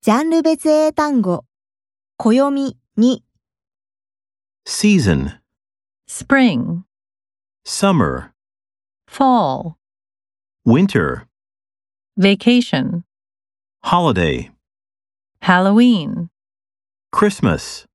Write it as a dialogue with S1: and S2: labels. S1: ジャンル別英単語、暦に
S2: Season,
S3: spring,
S2: summer,
S3: fall,
S2: winter,
S3: vacation,
S2: holiday,
S3: Halloween.
S2: Christmas.